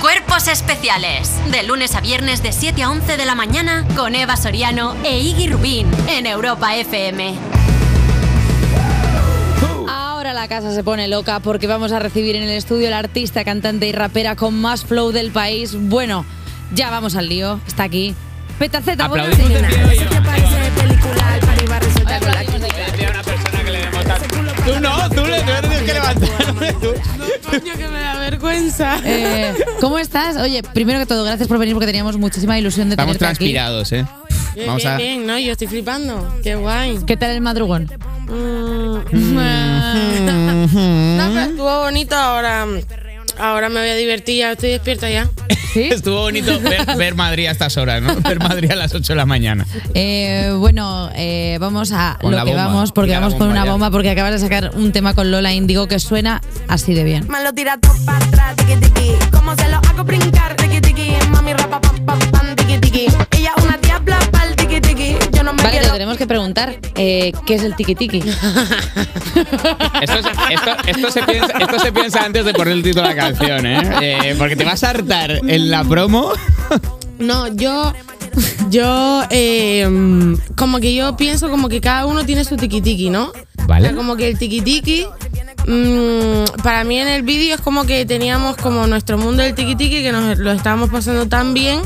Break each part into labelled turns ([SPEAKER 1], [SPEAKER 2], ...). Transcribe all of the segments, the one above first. [SPEAKER 1] Cuerpos especiales. De lunes a viernes de 7 a 11 de la mañana con Eva Soriano e Iggy Rubín en Europa FM.
[SPEAKER 2] Ahora la casa se pone loca porque vamos a recibir en el estudio a la artista, cantante y rapera con más flow del país. Bueno, ya vamos al lío. Está aquí. Petaceta, buenas
[SPEAKER 3] Aplaudimos de
[SPEAKER 2] noches.
[SPEAKER 3] pie hoy, ¿no?
[SPEAKER 4] Tú no, tú le tú le tienes que levantar. tú.
[SPEAKER 5] que me da vergüenza.
[SPEAKER 2] Eh, ¿Cómo estás? Oye, primero que todo, gracias por venir porque teníamos muchísima ilusión de
[SPEAKER 4] Estamos
[SPEAKER 2] tenerte aquí.
[SPEAKER 4] transpirados, ¿eh?
[SPEAKER 5] Bien,
[SPEAKER 4] Vamos
[SPEAKER 5] bien,
[SPEAKER 4] a.
[SPEAKER 5] bien, ¿no? Yo estoy flipando. Qué guay.
[SPEAKER 2] ¿Qué tal el madrugón?
[SPEAKER 5] Mm. No, pero estuvo bonito ahora. Ahora me voy a divertir, ya estoy despierta ya.
[SPEAKER 2] ¿Sí?
[SPEAKER 4] Estuvo bonito ver, ver Madrid a estas horas, ¿no? Ver Madrid a las 8 de la mañana.
[SPEAKER 2] Eh, bueno, eh, vamos a
[SPEAKER 4] Con
[SPEAKER 2] lo
[SPEAKER 4] la
[SPEAKER 2] que
[SPEAKER 4] bomba.
[SPEAKER 2] vamos, porque
[SPEAKER 4] Tira la
[SPEAKER 2] vamos con
[SPEAKER 4] bomba
[SPEAKER 2] una
[SPEAKER 4] ya.
[SPEAKER 2] bomba, porque acabas de sacar un tema con Lola Indigo que suena así de bien.
[SPEAKER 6] Me lo tira todo para atrás, tiqui tiqui. Como se lo hago brincar, tiqui tiqui. Mami rapa pam pam pam, tiqui tiqui. Ella una diabla pa'l tiqui tiqui. Yo no me
[SPEAKER 2] Vale, te
[SPEAKER 6] quiero.
[SPEAKER 2] tenemos que preguntar eh, qué es el tiki tiki.
[SPEAKER 4] Esto, es- esto- esto se piensa, esto se piensa antes de poner el título de la canción, ¿eh? Eh, Porque te vas a hartar en la promo.
[SPEAKER 5] No, yo. Yo. eh, mm, como que yo pienso como que cada uno tiene su tiki-tiki, ¿no?
[SPEAKER 4] Vale.
[SPEAKER 5] O sea, como que el tiki-tiki. mm, para mí en el vídeo es como que teníamos como nuestro mundo del tiki-tiki que nos lo estábamos pasando tan bien.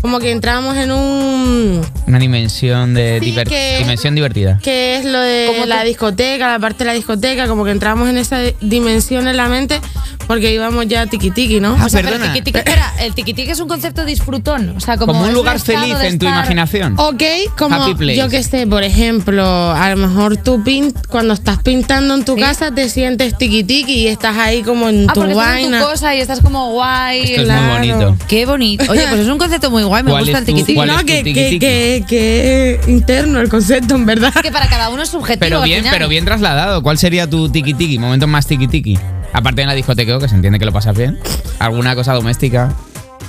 [SPEAKER 5] Como que entramos en un.
[SPEAKER 4] Una dimensión de
[SPEAKER 5] Sí, diver- que-
[SPEAKER 4] dimensión
[SPEAKER 5] dimensión
[SPEAKER 4] divertida.
[SPEAKER 5] que es lo de la discoteca, la parte de la discoteca, como que entramos en esa di- dimensión en la mente porque íbamos ya tiki tiki, ¿no?
[SPEAKER 4] Ah,
[SPEAKER 5] O sea,
[SPEAKER 2] Pero el
[SPEAKER 4] perdona.
[SPEAKER 2] tiki tiki, espera, el tiki tiki es un concepto disfrutón. O sea, como,
[SPEAKER 4] Como un
[SPEAKER 2] es
[SPEAKER 4] lugar
[SPEAKER 2] estado
[SPEAKER 4] feliz
[SPEAKER 2] de
[SPEAKER 4] en tu
[SPEAKER 2] estar-
[SPEAKER 4] imaginación.
[SPEAKER 5] Ok, como
[SPEAKER 4] Happy place.
[SPEAKER 5] yo que sé, por ejemplo, a lo mejor tú pin cuando estás pintando en tu
[SPEAKER 2] Sí.
[SPEAKER 5] casa te sientes tiki tiki y estás ahí como en
[SPEAKER 2] Ah,
[SPEAKER 5] tu
[SPEAKER 2] porque estás en
[SPEAKER 5] vaina.
[SPEAKER 2] tu cosa y estás como guay.
[SPEAKER 4] Esto es
[SPEAKER 2] la-
[SPEAKER 4] muy
[SPEAKER 5] claro.
[SPEAKER 4] bonito.
[SPEAKER 2] Qué bonito. Oye, pues es un concepto muy guay, me
[SPEAKER 4] ¿Cuál
[SPEAKER 2] gusta
[SPEAKER 4] es
[SPEAKER 2] el
[SPEAKER 4] tu-
[SPEAKER 2] tiki tiki.
[SPEAKER 4] cuál- es
[SPEAKER 5] no,
[SPEAKER 4] tu
[SPEAKER 5] que,
[SPEAKER 4] tiki-tiki?
[SPEAKER 5] que, que, que interno el concepto, en verdad.
[SPEAKER 2] Que para cada uno es subjetivo.
[SPEAKER 4] Pero
[SPEAKER 2] al
[SPEAKER 4] bien,
[SPEAKER 2] final.
[SPEAKER 4] pero bien trasladado. ¿Cuál sería tu tiki tiki? Momento más tiki tiki. Aparte en la discoteca, que se entiende que lo pasas bien. ¿Alguna cosa doméstica?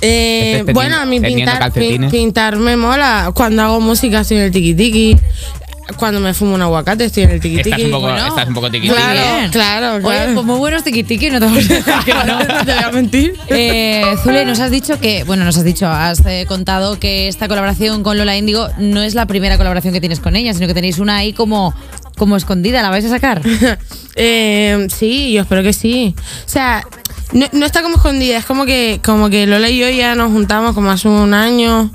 [SPEAKER 4] Estés Este
[SPEAKER 5] Eh,
[SPEAKER 4] teniendo-
[SPEAKER 5] bueno, a mí
[SPEAKER 4] teniendo
[SPEAKER 5] pintar,
[SPEAKER 4] calcetines.
[SPEAKER 5] pin- pintar me mola. Cuando hago música estoy en el tiki tiki. Cuando me fumo un aguacate estoy en el tiki tiki.
[SPEAKER 4] Estás un poco, estás un poco tiki tiki.
[SPEAKER 5] Claro,
[SPEAKER 2] Oh, Bien.
[SPEAKER 5] claro,
[SPEAKER 2] Oye,
[SPEAKER 5] claro.
[SPEAKER 2] pues muy buenos tiki tiki, no te voy a decir que no.
[SPEAKER 5] no te voy a mentir.
[SPEAKER 2] Eh, Zule, nos has dicho que, bueno, nos has dicho, has eh, contado que esta colaboración con Lola Índigo no es la primera colaboración que tienes con ella, sino que tenéis una ahí como, como escondida, ¿la vais a sacar?
[SPEAKER 5] Eh, sí, yo espero que sí. O sea, no, no está como escondida, es como que, como que Lola y yo ya nos juntamos como hace un año,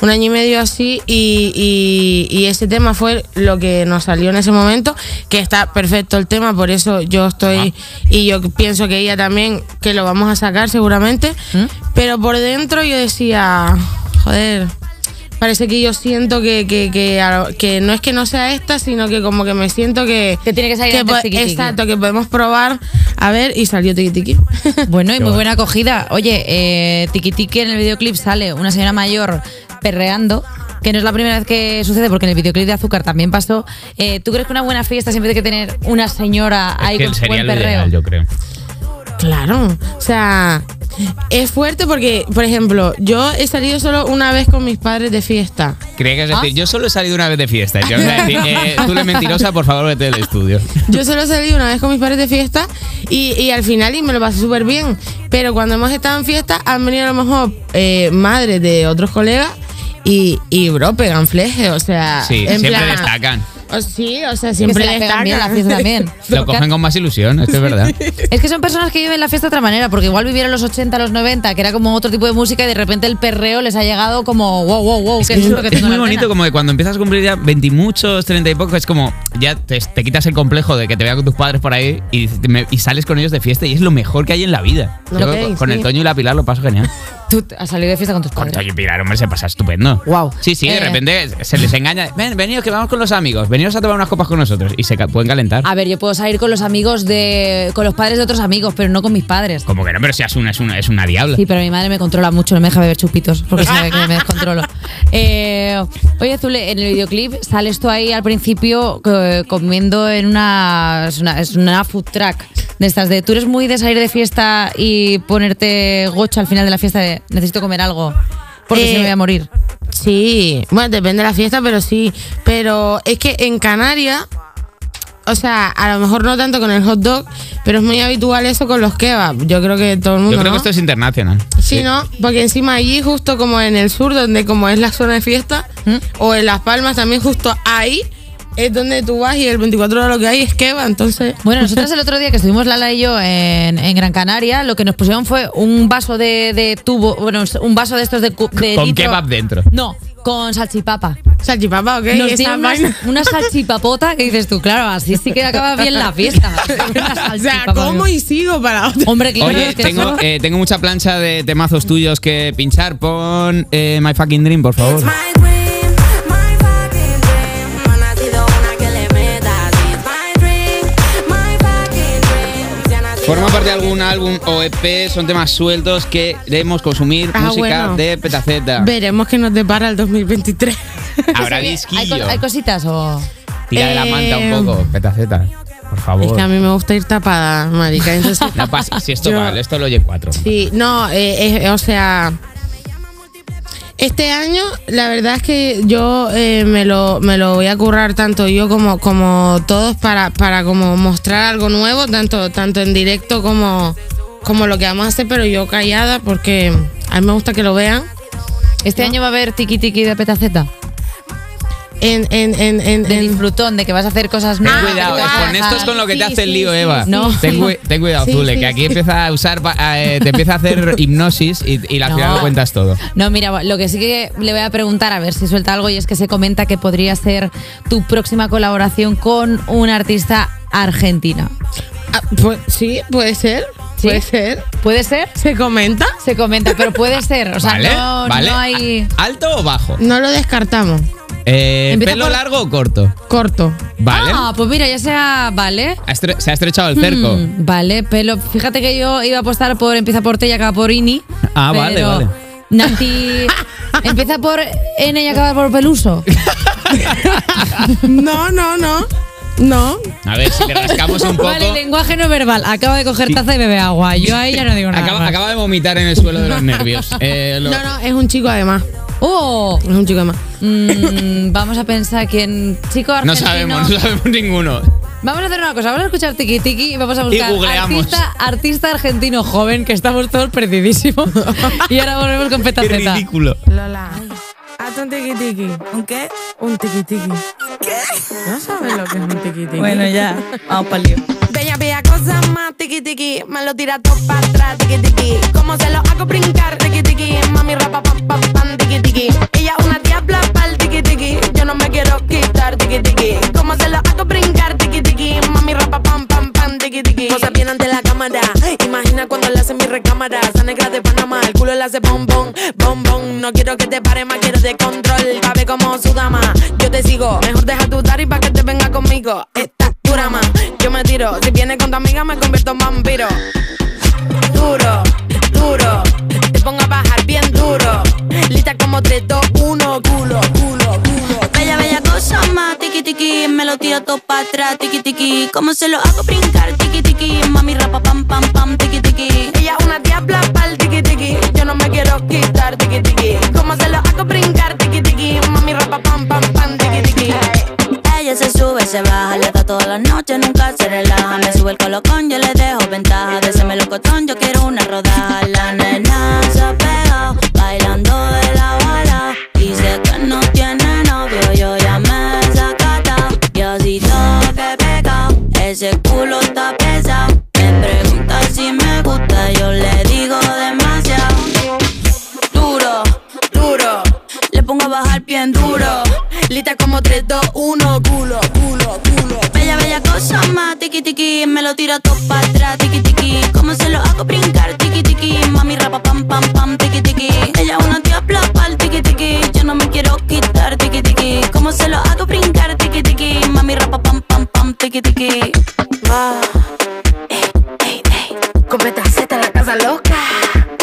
[SPEAKER 5] un año y medio así, y, y- y ese tema fue lo que nos salió en ese momento, que está perfecto el tema, por eso yo estoy, y yo pienso que ella también, que lo vamos a sacar seguramente, pero por dentro yo decía, joder. Parece que yo siento que, que, que, a- que no es que no sea esta, sino que como que me siento que...
[SPEAKER 2] Que tiene que pues, salir antes
[SPEAKER 5] po-
[SPEAKER 2] Tiki Tiki.
[SPEAKER 5] Exacto, que podemos probar. A ver, y salió Tiki Tiki.
[SPEAKER 2] Bueno, y muy buena acogida. Oye, eh, tiki tiki en el videoclip sale una señora mayor perreando. Que no es la primera vez que sucede, porque en el videoclip de Azúcar también pasó. Eh, ¿Tú crees que una buena fiesta siempre tiene que tener una señora ahí
[SPEAKER 4] que
[SPEAKER 2] con su
[SPEAKER 4] sería
[SPEAKER 2] buen
[SPEAKER 4] lo
[SPEAKER 2] perreo?
[SPEAKER 4] ideal, yo creo.
[SPEAKER 5] claro. O sea, es fuerte porque, por ejemplo, yo he salido solo una vez con mis padres de fiesta.
[SPEAKER 4] Creía que ibas a
[SPEAKER 2] ¿Ah?
[SPEAKER 4] decir, yo solo he salido una vez de fiesta. Y te iba a decir, eh, tú le mentirosa, por favor, vete del estudio.
[SPEAKER 5] Yo solo he salido una vez con mis padres de fiesta y, y al final y me lo pasé súper bien. Pero cuando hemos estado en fiesta han venido a lo mejor eh, madres de otros colegas y, y bro, pegan fleje, o sea...
[SPEAKER 4] Sí,
[SPEAKER 5] en
[SPEAKER 4] siempre
[SPEAKER 5] plan-
[SPEAKER 4] destacan.
[SPEAKER 5] O- sí, o sea,
[SPEAKER 2] Que se
[SPEAKER 5] siempre
[SPEAKER 2] la pegan
[SPEAKER 5] destacan.
[SPEAKER 2] bien en la fiesta también.
[SPEAKER 4] Lo cogen con más ilusión, esto es verdad.
[SPEAKER 2] Es que son personas que viven la fiesta de otra manera, porque igual vivieron los 80, los 90, que era como otro tipo de música y de repente el perreo les ha llegado como wow, wow, wow, qué
[SPEAKER 4] Es,
[SPEAKER 2] susto que tengo
[SPEAKER 4] muy
[SPEAKER 2] en la
[SPEAKER 4] bonito
[SPEAKER 2] antena.
[SPEAKER 4] como que cuando empiezas a cumplir ya 20 y muchos, 30 y pocos, es como ya te, te quitas el complejo de que te vean tus padres por ahí y, dices- me- y sales con ellos de fiesta y es lo mejor que hay en la vida. Yo
[SPEAKER 5] Ok,
[SPEAKER 4] con- con
[SPEAKER 5] sí.
[SPEAKER 4] el Toño y la Pilar lo paso genial.
[SPEAKER 2] Tú t- has salido de fiesta con tus
[SPEAKER 4] Con
[SPEAKER 2] padres.
[SPEAKER 4] Toño y Pilar, hombre, se pasa estupendo.
[SPEAKER 2] Guau.
[SPEAKER 4] Sí, sí, de
[SPEAKER 2] Eh.
[SPEAKER 4] repente se les engaña. Ven, venidos que vamos con los amigos, venidos a tomar unas copas con nosotros y se ca- pueden calentar.
[SPEAKER 5] Ah.
[SPEAKER 2] A ver, yo puedo salir con los amigos de. con los padres de otros amigos, pero no con mis padres.
[SPEAKER 4] Como que no, pero si es una, es una, es una diabla.
[SPEAKER 2] Sí, pero mi madre me controla mucho, no me deja beber chupitos, porque sabe que me descontrolo. Eh, oye, Zule, en el videoclip sales tú ahí al principio eh, comiendo en una es, una. es una food track de estas de. Tú eres muy de salir de fiesta y ponerte gocho al final de la fiesta de necesito comer algo, porque
[SPEAKER 5] Eh,
[SPEAKER 2] si no me voy a morir.
[SPEAKER 5] Sí, bueno, depende de la fiesta, pero sí. Pero es que en Canarias o sea, a lo mejor no tanto con el hot dog, pero es muy habitual eso con los kebabs. Yo creo que todo el mundo.
[SPEAKER 4] Yo creo
[SPEAKER 5] ¿no?
[SPEAKER 4] que esto es internacional.
[SPEAKER 5] Sí, ¿no? Porque encima allí, justo como en el sur, donde como es la zona de fiesta,
[SPEAKER 4] ¿Mm?
[SPEAKER 5] o en Las Palmas también, justo ahí es donde tú vas y el 24 horas lo que hay es kebab, entonces...
[SPEAKER 2] Bueno, nosotros el otro día que estuvimos Lala y yo en, en Gran Canaria, lo que nos pusieron fue un vaso de, de tubo, bueno, un vaso de estos de, cu- de
[SPEAKER 4] Con
[SPEAKER 2] litro.
[SPEAKER 4] kebab dentro.
[SPEAKER 2] No, con salchipapa.
[SPEAKER 5] Salchipapa, ¿ok?
[SPEAKER 2] Nos
[SPEAKER 5] Esa
[SPEAKER 2] dieron una,
[SPEAKER 5] vaina.
[SPEAKER 2] una salchipapota que dices tú, claro, así sí que acaba bien la fiesta. Una
[SPEAKER 5] O sea,
[SPEAKER 2] salchipapa,
[SPEAKER 5] como
[SPEAKER 2] amigo.
[SPEAKER 5] y sigo para otra.
[SPEAKER 2] Hombre, claro,
[SPEAKER 4] Oye,
[SPEAKER 2] es que
[SPEAKER 4] tengo,
[SPEAKER 2] eso-
[SPEAKER 4] eh, tengo mucha plancha de temazos tuyos que pinchar. Pon eh, My Fucking Dream, por favor.
[SPEAKER 6] It's my dream, my fucking dream. No ha nacido una que le meta así. It's my dream, my fucking dream. Si ha nacido
[SPEAKER 4] Forma parte
[SPEAKER 6] una
[SPEAKER 4] de
[SPEAKER 6] que
[SPEAKER 4] algún
[SPEAKER 6] le
[SPEAKER 4] álbum
[SPEAKER 6] meta
[SPEAKER 4] o EP, son temas sueltos que debemos consumir
[SPEAKER 5] Ah,
[SPEAKER 4] música
[SPEAKER 5] bueno.
[SPEAKER 4] de petaceta.
[SPEAKER 5] Veremos qué nos depara el 2023.
[SPEAKER 4] Habrá
[SPEAKER 2] ¿Hay, co-
[SPEAKER 4] disquillo.
[SPEAKER 2] hay cositas o...?
[SPEAKER 4] Tira de la manta un
[SPEAKER 5] Eh,
[SPEAKER 4] poco, petaceta. Por
[SPEAKER 5] es que a
[SPEAKER 4] favor.
[SPEAKER 5] mí me gusta ir tapada, marica. Entonces,
[SPEAKER 4] No pasa, si esto
[SPEAKER 5] Yo-
[SPEAKER 4] vale, esto lo oye cuatro.
[SPEAKER 5] Sí, no, eh, eh, o sea, este año la verdad es que yo eh, me, lo, me lo voy a currar tanto yo como, como todos para, para como mostrar algo nuevo, tanto, tanto en directo como, como lo que vamos a hacer, pero yo callada porque a mí me gusta que lo vean.
[SPEAKER 2] ¿Este año va a haber tiki tiki de petaceta?
[SPEAKER 5] En, en, en, en,
[SPEAKER 2] De
[SPEAKER 5] en-
[SPEAKER 2] disfrutón, de que vas a hacer cosas
[SPEAKER 4] Ten
[SPEAKER 2] nuevas.
[SPEAKER 4] cuidado,
[SPEAKER 2] que
[SPEAKER 4] eh,
[SPEAKER 2] vas a
[SPEAKER 4] con esto es con lo que te
[SPEAKER 5] sí,
[SPEAKER 4] hace el
[SPEAKER 5] sí,
[SPEAKER 4] lío,
[SPEAKER 5] sí,
[SPEAKER 4] Eva.
[SPEAKER 5] sí,
[SPEAKER 2] No. sí.
[SPEAKER 4] Ten, cui- ten cuidado,
[SPEAKER 5] Sí,
[SPEAKER 4] Zule,
[SPEAKER 5] sí,
[SPEAKER 4] que aquí
[SPEAKER 5] sí.
[SPEAKER 4] empieza a usar, pa- a, eh, te empieza a hacer hipnosis y, y la final
[SPEAKER 2] No.
[SPEAKER 4] lo cuentas todo.
[SPEAKER 2] No, mira, lo que sí que le voy a preguntar a ver si suelta algo y es que se comenta que podría ser tu próxima colaboración con una artista argentina.
[SPEAKER 5] ah, pues, sí, puede ser,
[SPEAKER 2] ¿Sí?
[SPEAKER 5] puede ser.
[SPEAKER 2] ¿Puede ser?
[SPEAKER 5] ¿Se comenta?
[SPEAKER 2] Se comenta, pero puede ser. O sea,
[SPEAKER 4] ¿Vale?
[SPEAKER 2] no,
[SPEAKER 4] ¿Vale?
[SPEAKER 2] no hay.
[SPEAKER 4] ¿Alto o bajo?
[SPEAKER 5] No lo descartamos.
[SPEAKER 4] Eh,
[SPEAKER 2] Empieza
[SPEAKER 4] ¿Pelo
[SPEAKER 2] por-
[SPEAKER 4] largo o corto?
[SPEAKER 5] Corto.
[SPEAKER 4] ¿Vale?
[SPEAKER 2] Ah, pues mira, ya sea. Vale.
[SPEAKER 4] Ha estre- se ha estrechado el cerco.
[SPEAKER 2] Mm, vale, pero fíjate que yo iba a apostar por empieza por T y acaba por Ini.
[SPEAKER 4] Ah, vale,
[SPEAKER 2] pero
[SPEAKER 4] vale.
[SPEAKER 2] Nati. empieza por N y acaba por Peluso.
[SPEAKER 5] No, no, no. No.
[SPEAKER 4] A ver, si le rascamos un poco.
[SPEAKER 2] Vale, lenguaje no verbal. Acaba de coger taza y bebe agua. Yo ahí ya no digo nada.
[SPEAKER 4] Acaba,
[SPEAKER 2] más.
[SPEAKER 4] acaba de vomitar en el suelo de los nervios. Eh, lo-
[SPEAKER 5] No, no, es un chico además.
[SPEAKER 2] ¡Oh!
[SPEAKER 5] Es un chico además.
[SPEAKER 2] Mm, vamos a pensar quién. Chico
[SPEAKER 4] no
[SPEAKER 2] argentino.
[SPEAKER 4] sabemos, no sabemos ninguno.
[SPEAKER 2] Vamos a hacer una cosa. Vamos a escuchar Tiki Tiki y vamos a buscar.
[SPEAKER 4] googleamos.
[SPEAKER 2] Artista, artista argentino joven, que estamos todos perdidísimos. y ahora volvemos con Peta
[SPEAKER 4] Qué
[SPEAKER 2] Zeta.
[SPEAKER 4] ridículo.
[SPEAKER 5] Lola, hazte un tiki tiki.
[SPEAKER 3] ¿Un qué?
[SPEAKER 5] Un tiki tiki. No sabes lo que es un tiki tiki.
[SPEAKER 3] Bueno, ya, vamos para lío.
[SPEAKER 6] Bella, bella cosa más, tiki tiki. Me lo tira todo para atrás, tiki tiki. Como se lo hago brincar, tiki tiki. Mami, rapa, pa, pa, pan, tiki tiki. Ella una diabla pa'l tiki tiki. Yo no me quiero quitar, tiki tiki. Como se lo hago brincar, tiki tiki. Mami, rapa, pam, pam, pam, tiki tiki.
[SPEAKER 7] Posa bien ante la cámara. Imagina cuando la hace mi recámara. Esa negra de Panamá, el culo la hace bombón, bombón. No quiero que te pare más, quiero de control. Cabe como su dama. Yo te sigo, mejor deja tu y pa' que te venga conmigo. Esta es tu rama. Yo me tiro, si viene con tu amiga me convierto en vampiro. Duro, duro, te pongo a bajar bien duro. Lista como 3, 2, 1, culo, culo, culo.
[SPEAKER 3] Bella, bella cosa más, tiki tiki, me lo tiro todo para atrás, tiki tiki. ¿Cómo se lo hago brincar, tiki tiki? Mami, rapa, pam, pam, pam, tiki tiki.
[SPEAKER 6] Ella una diabla pa'l tiki tiki. Yo no me quiero quitar, tiki tiki. Como se lo hago brincar, tiki tiki. Mami, rapa, pam, pam, pam, tiki tiki.
[SPEAKER 3] Ella se sube, se baja, le da todas las noches, nunca se relaja. Me sube el colocón, yo le dejo ventaja. De ese melocotón, yo quiero una rodaja. La nena se ha pegado, bailando de la bala. Dice que no tiene novio, yo ya me he sacatao. Y así todo que he pegado, ese culo está pesado. Me pregunta si me gusta, yo le digo demasiado.
[SPEAKER 7] duro, duro. Le pongo a bajar bien duro. Lista como 3, 2, 1, culo, culo, culo.
[SPEAKER 3] Bella, bella cosa más, tiki tiki, me lo tira todo para atrás, tiki tiki. ¿Cómo se lo hago brincar, tiki tiki? Mami, rapa, pam, pam, pam, tiki tiki. Ella una diabla pa'l tiki tiki, yo no me quiero quitar, tiki tiki. ¿Cómo se lo hago brincar, tiki tiki? Mami, rapa, pam, pam, pam, tiki tiki.
[SPEAKER 7] Va. Ey, ey, ey. Con Petaceta en la casa loca.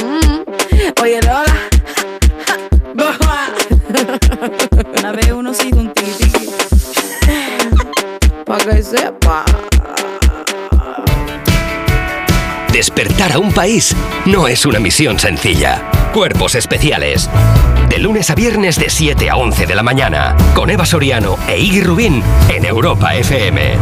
[SPEAKER 7] Mm. Oye, Lola. Boa.
[SPEAKER 3] Una vez uno sigue un tiki tiki.
[SPEAKER 7] Pa' que sepa.
[SPEAKER 8] Despertar a un país no es una misión sencilla. Cuerpos especiales. De lunes a viernes de 7 a 11 de la mañana. Con Eva Soriano e Iggy Rubín en Europa FM.
[SPEAKER 4] Eh,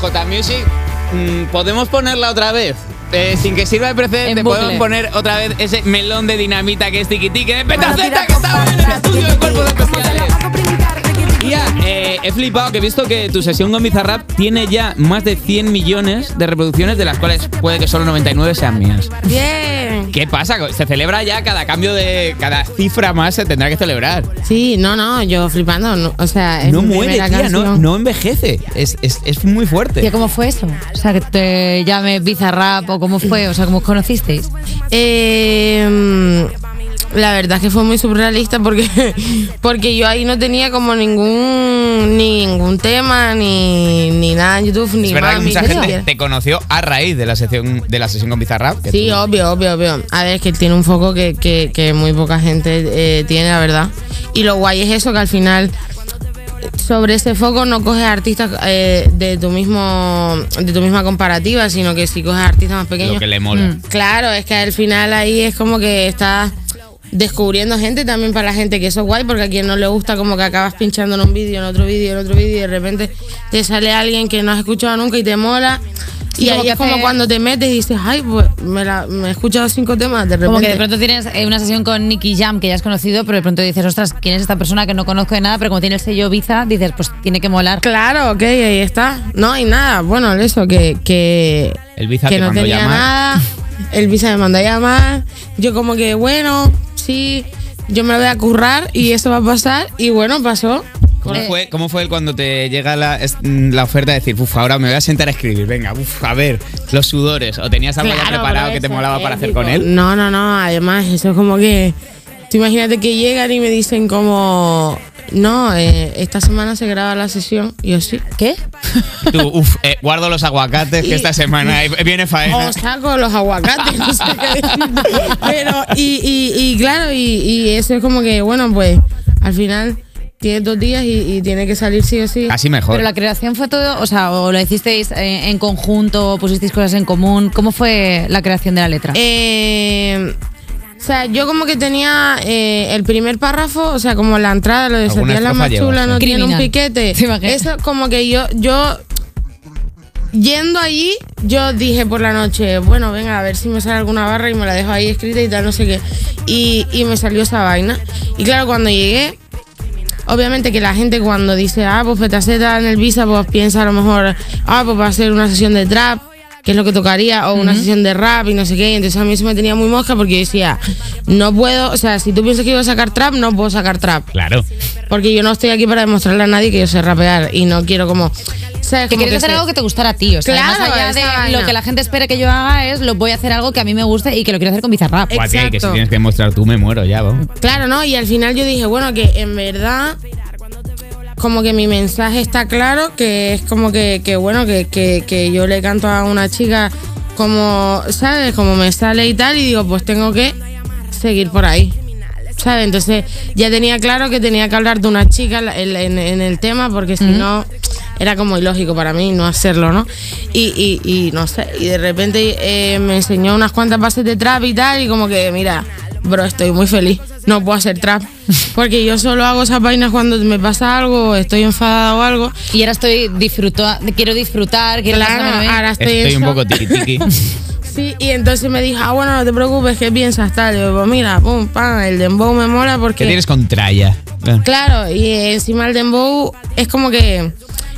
[SPEAKER 4] J Music, mm, podemos ponerla otra vez. Eh, sin que sirva de precedente,
[SPEAKER 2] En
[SPEAKER 4] podemos
[SPEAKER 2] bucle.
[SPEAKER 4] poner otra vez ese melón de dinamita que es tiki tiki de Petaceta
[SPEAKER 6] tira
[SPEAKER 4] que estaba en el estudio de cuerpos especiales.
[SPEAKER 6] hago brincar, tiki, tiki.
[SPEAKER 4] Ya, eh, he flipado que he visto que tu sesión con Bizarrap tiene ya más de 100 millones de reproducciones, de las cuales puede que solo 99 sean mías.
[SPEAKER 5] Bien.
[SPEAKER 4] ¿Qué pasa? Se celebra ya cada cambio de. cada cifra más se tendrá que celebrar.
[SPEAKER 5] Sí, no, no, yo flipando. no, o sea, es
[SPEAKER 4] no
[SPEAKER 5] mi
[SPEAKER 4] muere,
[SPEAKER 5] primera
[SPEAKER 4] tía, no,
[SPEAKER 5] canción.
[SPEAKER 4] no envejece. Es, es- es muy fuerte.
[SPEAKER 2] Tía, ¿cómo fue eso? O sea, que te llame Bizarrap o cómo fue, o sea, ¿cómo os conocisteis?
[SPEAKER 5] Eh, mm, la verdad es que fue muy surrealista porque, porque yo ahí no tenía como ningún ningún tema, ni, ni nada en YouTube, ni
[SPEAKER 4] es verdad
[SPEAKER 5] mami,
[SPEAKER 4] que mucha
[SPEAKER 5] ni
[SPEAKER 4] gente
[SPEAKER 5] siquiera.
[SPEAKER 4] te conoció a raíz de la sesión, de la sesión con Bizarrap. que
[SPEAKER 5] Sí, oh,
[SPEAKER 4] tú-
[SPEAKER 5] obvio, obvio, obvio. A ver, es que él tiene un foco que, que- que muy poca gente eh, tiene, la verdad. Y lo guay es eso, que al final sobre ese foco no coges artistas eh, de tu mismo de tu misma comparativa, sino que sí coges artistas más pequeños.
[SPEAKER 4] lo que le mola.
[SPEAKER 5] Claro, es que al final ahí es como que estás descubriendo gente también para la gente, que eso es guay, porque a quien no le gusta como que acabas pinchando en un vídeo, en otro vídeo, en otro vídeo, y de repente te sale alguien que no has escuchado nunca y te mola.
[SPEAKER 2] Sí,
[SPEAKER 5] y
[SPEAKER 2] como
[SPEAKER 5] ahí
[SPEAKER 2] que
[SPEAKER 5] es como
[SPEAKER 2] te-
[SPEAKER 5] cuando te metes y dices, ay, pues me, la- me he escuchado cinco temas, de repente.
[SPEAKER 2] Como que de pronto tienes eh, una sesión con Nicky Jam que ya has conocido, pero de pronto dices, ostras, ¿quién es esta persona que no conozco de nada? Pero como tiene el sello Biza, dices, pues tiene que molar.
[SPEAKER 5] Claro, ok, ahí está. No, y nada, bueno, eso, que, que,
[SPEAKER 4] El Visa
[SPEAKER 5] que
[SPEAKER 4] te
[SPEAKER 5] no
[SPEAKER 4] mandó
[SPEAKER 5] tenía
[SPEAKER 4] llamar.
[SPEAKER 5] nada. El visa me mandó a llamar. Yo como que, bueno, sí, yo me lo voy a currar y eso va a pasar. Y bueno, pasó.
[SPEAKER 4] ¿Cómo,
[SPEAKER 5] eh.
[SPEAKER 4] fue, ¿Cómo fue cuando te llega la, es- mm, la oferta de decir, uff, ahora me voy a sentar a escribir? Venga, uff, a ver, los sudores. ¿O tenías algo ya
[SPEAKER 5] Claro,
[SPEAKER 4] preparado
[SPEAKER 5] por
[SPEAKER 4] que te
[SPEAKER 5] eso,
[SPEAKER 4] molaba
[SPEAKER 5] eh,
[SPEAKER 4] para hacer
[SPEAKER 5] tipo,
[SPEAKER 4] con él?
[SPEAKER 5] No, no, no. Además, eso es como que. Tú imagínate que llegan y me dicen como. No, eh, esta semana se graba la sesión. Y yo sí.
[SPEAKER 2] ¿Qué?
[SPEAKER 4] Tú, uff, guardo los aguacates que
[SPEAKER 5] Mm. Y-
[SPEAKER 4] esta semana hay- viene faena.
[SPEAKER 5] O saco los aguacates, no sé qué decirte. Pero, y, y, y claro, y, y eso es como que, bueno, pues al final tienes dos días y, y tiene que salir sí o sí.
[SPEAKER 4] Así mejor.
[SPEAKER 2] Pero la creación fue todo, o sea, o lo hicisteis eh, en conjunto, o pusisteis cosas en común. ¿Cómo fue la creación de la letra?
[SPEAKER 5] Eh, o sea, yo como que tenía eh, el primer párrafo, o sea, como la entrada, lo de
[SPEAKER 4] Alguna
[SPEAKER 5] Sofía la
[SPEAKER 4] estrofa
[SPEAKER 5] más
[SPEAKER 4] llevas,
[SPEAKER 5] chula,
[SPEAKER 4] ¿eh?
[SPEAKER 5] no tiene un
[SPEAKER 2] Criminal.
[SPEAKER 5] piquete.
[SPEAKER 2] ¿Te imaginas?
[SPEAKER 5] Eso como que yo, yo yendo allí, yo dije por la noche, bueno, venga, a ver si me sale alguna barra y me la dejo ahí escrita y tal, no sé qué. Y, y me salió esa vaina. Y claro, cuando llegué, obviamente que la gente cuando dice, ah, pues Petaceta en el Visa, pues piensa a lo mejor, ah, pues va a ser una sesión de trap, que es lo que tocaría, o una sesión de rap y no sé qué. Y entonces a mí eso me tenía muy mosca porque yo decía, no puedo, o sea, si tú piensas que iba a sacar trap, no puedo sacar trap.
[SPEAKER 4] Claro.
[SPEAKER 5] Porque yo no estoy aquí para demostrarle a nadie que yo sé rapear y no quiero como... ¿sabes?
[SPEAKER 2] que
[SPEAKER 5] Como
[SPEAKER 2] querías hacer
[SPEAKER 5] se-
[SPEAKER 2] algo que te gustara a ti, o sea,
[SPEAKER 5] Claro,
[SPEAKER 2] más allá
[SPEAKER 5] esa
[SPEAKER 2] de
[SPEAKER 5] vaina.
[SPEAKER 2] lo que la gente espera que yo haga es, lo voy a hacer algo que a mí me guste y que lo quiero hacer con Bizarrap.
[SPEAKER 5] Eh,
[SPEAKER 4] Guau, tía, y que si
[SPEAKER 5] Exacto.
[SPEAKER 4] tienes que mostrar tú, me muero ya, vamos.
[SPEAKER 5] Claro, ¿no? Y al final yo dije, bueno, que en verdad, como que mi mensaje está claro, que es como que, que bueno, que, que, que yo le canto a una chica como, ¿sabes? Como me sale y tal, y digo, pues tengo que seguir por ahí. ¿Sabes? Entonces ya tenía claro que tenía que hablar de una chica en, en- en el tema, porque si no, era como ilógico para mí no hacerlo, ¿no? Y, y- y no sé, y de repente eh, me enseñó unas cuantas bases de trap y tal, y como que, mira, bro, estoy muy feliz, no puedo hacer trap, porque yo solo hago esas vainas cuando me pasa algo, estoy enfadada o algo.
[SPEAKER 2] Y ahora estoy disfruta, quiero disfrutar, quiero
[SPEAKER 5] Claro,
[SPEAKER 2] pasármelo bien.
[SPEAKER 5] ahora estoy,
[SPEAKER 4] Estoy
[SPEAKER 5] en
[SPEAKER 4] un
[SPEAKER 5] shock.
[SPEAKER 4] poco tiki tiki.
[SPEAKER 5] Sí, y entonces me dijo, ah, bueno, no te preocupes, ¿qué piensas? Tal, y yo, pues mira, pum, pam, el dembow me mola porque...
[SPEAKER 4] ¿Qué tienes con tralla?
[SPEAKER 5] Claro, y eh, encima el dembow es como que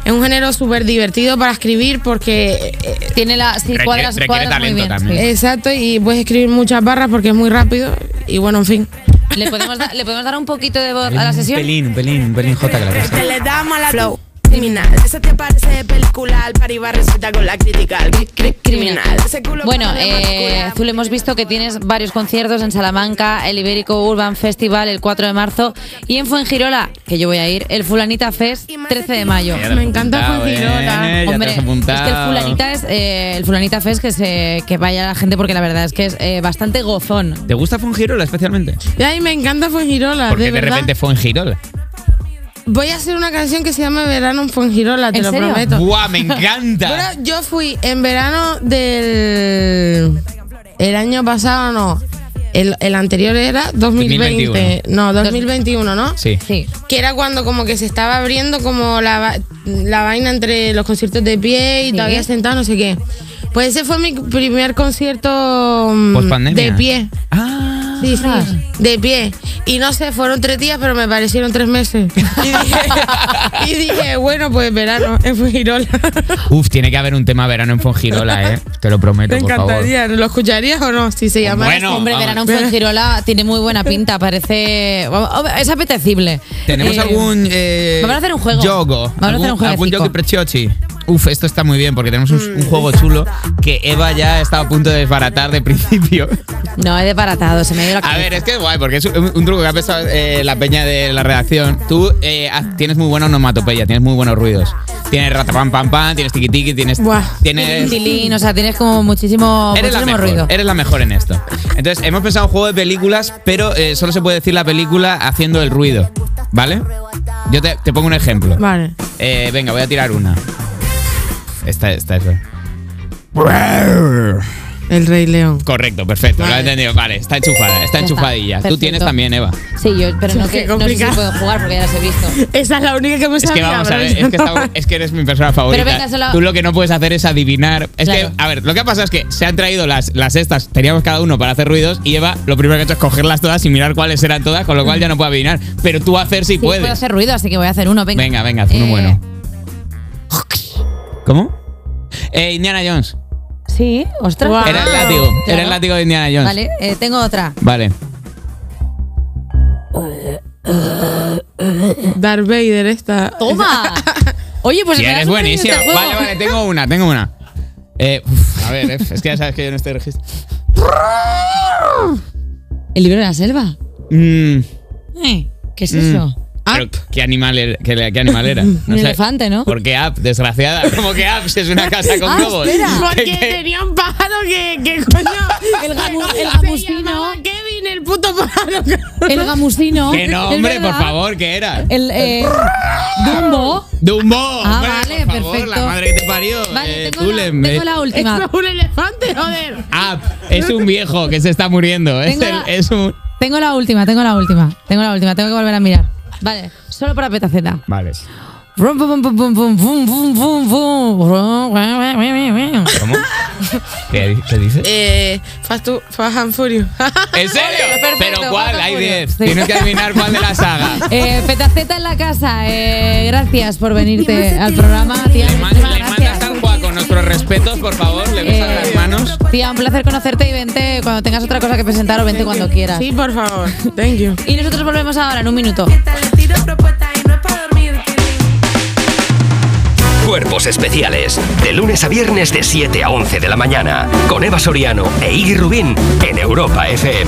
[SPEAKER 5] es un género súper divertido para escribir porque... eh,
[SPEAKER 2] Tiene la, sí,
[SPEAKER 4] Requiere-
[SPEAKER 2] cuadras,
[SPEAKER 4] requiere
[SPEAKER 2] cuadras
[SPEAKER 4] talento
[SPEAKER 2] muy bien.
[SPEAKER 4] también.
[SPEAKER 2] sí.
[SPEAKER 5] Exacto, y puedes escribir muchas barras porque es muy rápido y bueno, en fin.
[SPEAKER 2] ¿Le, podemos dar- ¿Le podemos dar un poquito de voz a la
[SPEAKER 4] Un
[SPEAKER 2] sesión?
[SPEAKER 4] pelín, un pelín, un pelín J que la
[SPEAKER 7] Que
[SPEAKER 4] cosa.
[SPEAKER 7] te le da mala flow. Criminal, eso te parece de película, para iba receta con la crítica. Cri- cri- Criminal, ese culo
[SPEAKER 2] Bueno,
[SPEAKER 7] para la
[SPEAKER 2] eh,
[SPEAKER 7] matrícula.
[SPEAKER 2] Zul, hemos visto que tienes varios conciertos en Salamanca, el Ibérico Urban Festival el 4 de marzo y en Fuengirola, que yo voy a ir, el Fulanita Fest 13 de mayo.
[SPEAKER 4] Ya te has
[SPEAKER 5] Me encanta
[SPEAKER 4] apuntado,
[SPEAKER 5] Fuengirola.
[SPEAKER 4] ¿eh? Ya te
[SPEAKER 2] Hombre,
[SPEAKER 4] has
[SPEAKER 2] es que
[SPEAKER 4] apuntado.
[SPEAKER 2] el Fulanita es eh, el Fulanita Fest que se que vaya la gente porque la verdad es que es eh, bastante gozón.
[SPEAKER 4] ¿Te gusta Fuengirola especialmente?
[SPEAKER 5] Y ay, me encanta Fuengirola,
[SPEAKER 4] Porque de,
[SPEAKER 5] de verdad.
[SPEAKER 4] repente Fuengirola.
[SPEAKER 5] Voy a hacer una canción que se llama Verano en Fuengirola, te
[SPEAKER 2] ¿En
[SPEAKER 5] lo
[SPEAKER 2] serio?
[SPEAKER 5] prometo.
[SPEAKER 4] ¡Guau, me encanta!
[SPEAKER 5] Bueno, yo fui en verano del el año pasado, no. el, el anterior era 2020.
[SPEAKER 4] 2021.
[SPEAKER 5] No, 2021, ¿no?
[SPEAKER 4] Sí.
[SPEAKER 2] Sí.
[SPEAKER 5] Que era cuando como que se estaba abriendo como la, va- la vaina entre los conciertos de pie y
[SPEAKER 2] Sí.
[SPEAKER 5] todavía sentado, no sé qué. Pues ese fue mi primer concierto mm,
[SPEAKER 4] Post-pandemia.
[SPEAKER 5] de pie.
[SPEAKER 4] Ah.
[SPEAKER 5] Sí, sí, de pie. Y no sé, fueron tres días, pero me parecieron tres meses. Y dije, y dije, bueno, pues verano en Fujirola.
[SPEAKER 4] Uf, tiene que haber un tema verano en Fongirola, ¿eh? Te lo prometo,
[SPEAKER 5] Te
[SPEAKER 4] por favor.
[SPEAKER 5] encantaría. ¿Lo escucharías o no? Si se llamara.
[SPEAKER 4] Bueno,
[SPEAKER 2] Hombre,
[SPEAKER 4] vamos.
[SPEAKER 2] verano en Fuengirola tiene muy buena pinta, parece. oh, Es apetecible.
[SPEAKER 4] Tenemos
[SPEAKER 2] Eh,
[SPEAKER 4] algún. Eh,
[SPEAKER 2] vamos a hacer un juego.
[SPEAKER 4] Yogo.
[SPEAKER 2] Vamos a hacer
[SPEAKER 4] Algún-
[SPEAKER 2] un jueguecito.
[SPEAKER 4] Algún yogi preciochi. Uf, esto está muy bien porque tenemos un, un juego chulo que Eva ya está a punto de desbaratar de principio.
[SPEAKER 2] No, he desbaratado, se me ha ido la
[SPEAKER 4] A
[SPEAKER 2] cabeza.
[SPEAKER 4] ver, es que es guay porque es un, un truco que ha pensado eh, la peña de la redacción. Tú eh, haz- tienes muy buena onomatopeya, tienes muy buenos ruidos. Tienes ratapam pam pam, tienes tiki tiki, tienes.
[SPEAKER 5] Buah.
[SPEAKER 4] tienes
[SPEAKER 2] Tilín, pues o sea, tienes como muchísimo,
[SPEAKER 4] Eres la,
[SPEAKER 2] muchísimo
[SPEAKER 4] mejor,
[SPEAKER 2] ruido.
[SPEAKER 4] eres la mejor en esto. Entonces, hemos pensado un juego de películas, pero eh, solo se puede decir la película haciendo el ruido. ¿Vale? Yo te, te pongo un ejemplo.
[SPEAKER 5] Vale.
[SPEAKER 4] Eh, venga, voy a tirar una. Esta, esta, esta.
[SPEAKER 5] El Rey León.
[SPEAKER 4] Correcto, perfecto, lo he
[SPEAKER 5] Vale.
[SPEAKER 4] entendido. Vale, está enchufada, está
[SPEAKER 2] está,
[SPEAKER 4] enchufadilla. Tú
[SPEAKER 2] perfecto.
[SPEAKER 4] tienes también, Eva.
[SPEAKER 2] Sí, yo, pero no,
[SPEAKER 5] Qué
[SPEAKER 2] que, no sé si
[SPEAKER 5] complicado.
[SPEAKER 2] puedo jugar porque ya las he visto.
[SPEAKER 5] Esa es la única que me
[SPEAKER 4] Es que
[SPEAKER 5] sabía.
[SPEAKER 4] vamos a
[SPEAKER 5] pero
[SPEAKER 4] ver,
[SPEAKER 5] yo
[SPEAKER 4] es que,
[SPEAKER 5] no.
[SPEAKER 4] esta- es que eres mi persona favorita.
[SPEAKER 2] venga, solo-
[SPEAKER 4] Tú lo que no puedes hacer es adivinar. Es
[SPEAKER 2] Claro.
[SPEAKER 4] que, a ver, lo que ha pasado es que se han traído las, las estas, teníamos cada uno para hacer ruidos, y Eva lo primero que ha hecho es cogerlas todas y mirar cuáles eran todas, con lo cual ya no puede adivinar. Pero tú hacer sí,
[SPEAKER 2] Sí,
[SPEAKER 4] puedes.
[SPEAKER 2] puedo hacer ruido, así que voy a hacer uno. Venga,
[SPEAKER 4] Venga, venga, haz uno
[SPEAKER 2] Eh,
[SPEAKER 4] bueno. ¿Cómo? Eh, Indiana Jones.
[SPEAKER 2] Sí, ostras.
[SPEAKER 5] Guau.
[SPEAKER 4] Era el
[SPEAKER 5] Ah,
[SPEAKER 4] látigo. Era el
[SPEAKER 2] claro.
[SPEAKER 4] látigo de Indiana Jones.
[SPEAKER 2] Vale, Pues eh, tengo otra.
[SPEAKER 4] Vale.
[SPEAKER 5] Darth Vader esta.
[SPEAKER 2] ¡Toma! Oye, pues
[SPEAKER 4] Sí,
[SPEAKER 2] me
[SPEAKER 4] eres
[SPEAKER 2] has sorprendido
[SPEAKER 4] buenísima.
[SPEAKER 2] este juego.
[SPEAKER 4] Vale, vale, tengo una, tengo una. Eh, uf, a ver, eh, es que ya sabes que yo no estoy registrado.
[SPEAKER 2] ¿El libro de la selva?
[SPEAKER 4] Mm,
[SPEAKER 2] Eh, ¿Qué es
[SPEAKER 4] mm.
[SPEAKER 2] eso?
[SPEAKER 4] Pero, ¿qué animal, era, qué, qué animal era?
[SPEAKER 2] Un elefante, ¿no?
[SPEAKER 4] ¿Por qué app, desgraciada? ¿Cómo que app si es una casa con
[SPEAKER 2] Ah,
[SPEAKER 4] globos?
[SPEAKER 2] espera.
[SPEAKER 5] Porque
[SPEAKER 4] ¿Qué- qué?
[SPEAKER 5] tenía un pájaro que, que coño.
[SPEAKER 2] El gamu- el
[SPEAKER 5] Se
[SPEAKER 2] gamusino.
[SPEAKER 5] llamaba Kevin, el puto pájaro.
[SPEAKER 2] El gamusino.
[SPEAKER 4] Que no,
[SPEAKER 2] ¿Es
[SPEAKER 4] hombre,
[SPEAKER 2] verdad?
[SPEAKER 4] por favor, ¿qué era?
[SPEAKER 2] El. Eh, Dumbo.
[SPEAKER 4] Dumbo.
[SPEAKER 2] Ah,
[SPEAKER 4] hombre,
[SPEAKER 2] vale,
[SPEAKER 4] por favor,
[SPEAKER 2] perfecto.
[SPEAKER 4] La madre que te parió.
[SPEAKER 2] Vale,
[SPEAKER 4] Eh,
[SPEAKER 2] tengo, la,
[SPEAKER 4] Zulem,
[SPEAKER 2] tengo
[SPEAKER 4] eh,
[SPEAKER 2] la última.
[SPEAKER 5] Eso es un elefante, joder.
[SPEAKER 4] App, es un viejo que se está muriendo. Es,
[SPEAKER 2] Tengo
[SPEAKER 4] el-
[SPEAKER 2] la-
[SPEAKER 4] es un.
[SPEAKER 2] Tengo la última, tengo la última. Tengo la última, tengo que volver a mirar. Vale, solo para petaceta.
[SPEAKER 4] Vale.
[SPEAKER 2] Rum, pum, pum, pum, pum, pum, pum, pum, pum. Rum, guau, guau, guau, guau.
[SPEAKER 4] ¿Cómo? ¿Qué, qué dices?
[SPEAKER 5] Eh, Fast, to- Fast and Furious.
[SPEAKER 4] ¿En serio?
[SPEAKER 2] Eh, Perfecto,
[SPEAKER 4] ¿Pero cuál?
[SPEAKER 2] Paco
[SPEAKER 4] Hay
[SPEAKER 2] Furio.
[SPEAKER 4] 10.
[SPEAKER 2] Sí.
[SPEAKER 4] Tienes que adivinar cuál de la saga.
[SPEAKER 2] Eh, petaceta en la casa, eh, gracias por venirte al programa, tía.
[SPEAKER 4] Le, man-
[SPEAKER 2] muchísimas
[SPEAKER 4] le mandas
[SPEAKER 2] gracias.
[SPEAKER 4] al Juan con nuestros respetos, por favor. Le besas
[SPEAKER 2] Eh,
[SPEAKER 4] las manos.
[SPEAKER 2] Tía, un placer conocerte y vente cuando tengas otra cosa que presentar o vente cuando quieras.
[SPEAKER 5] Sí, por favor. Thank you.
[SPEAKER 2] Y nosotros volvemos ahora en un minuto.
[SPEAKER 6] Le tiro propuesta y no es para dormir,
[SPEAKER 8] Cuerpos especiales. De lunes a viernes de 7 a 11 de la mañana. Con Eva Soriano e Iggy Rubín en Europa FM.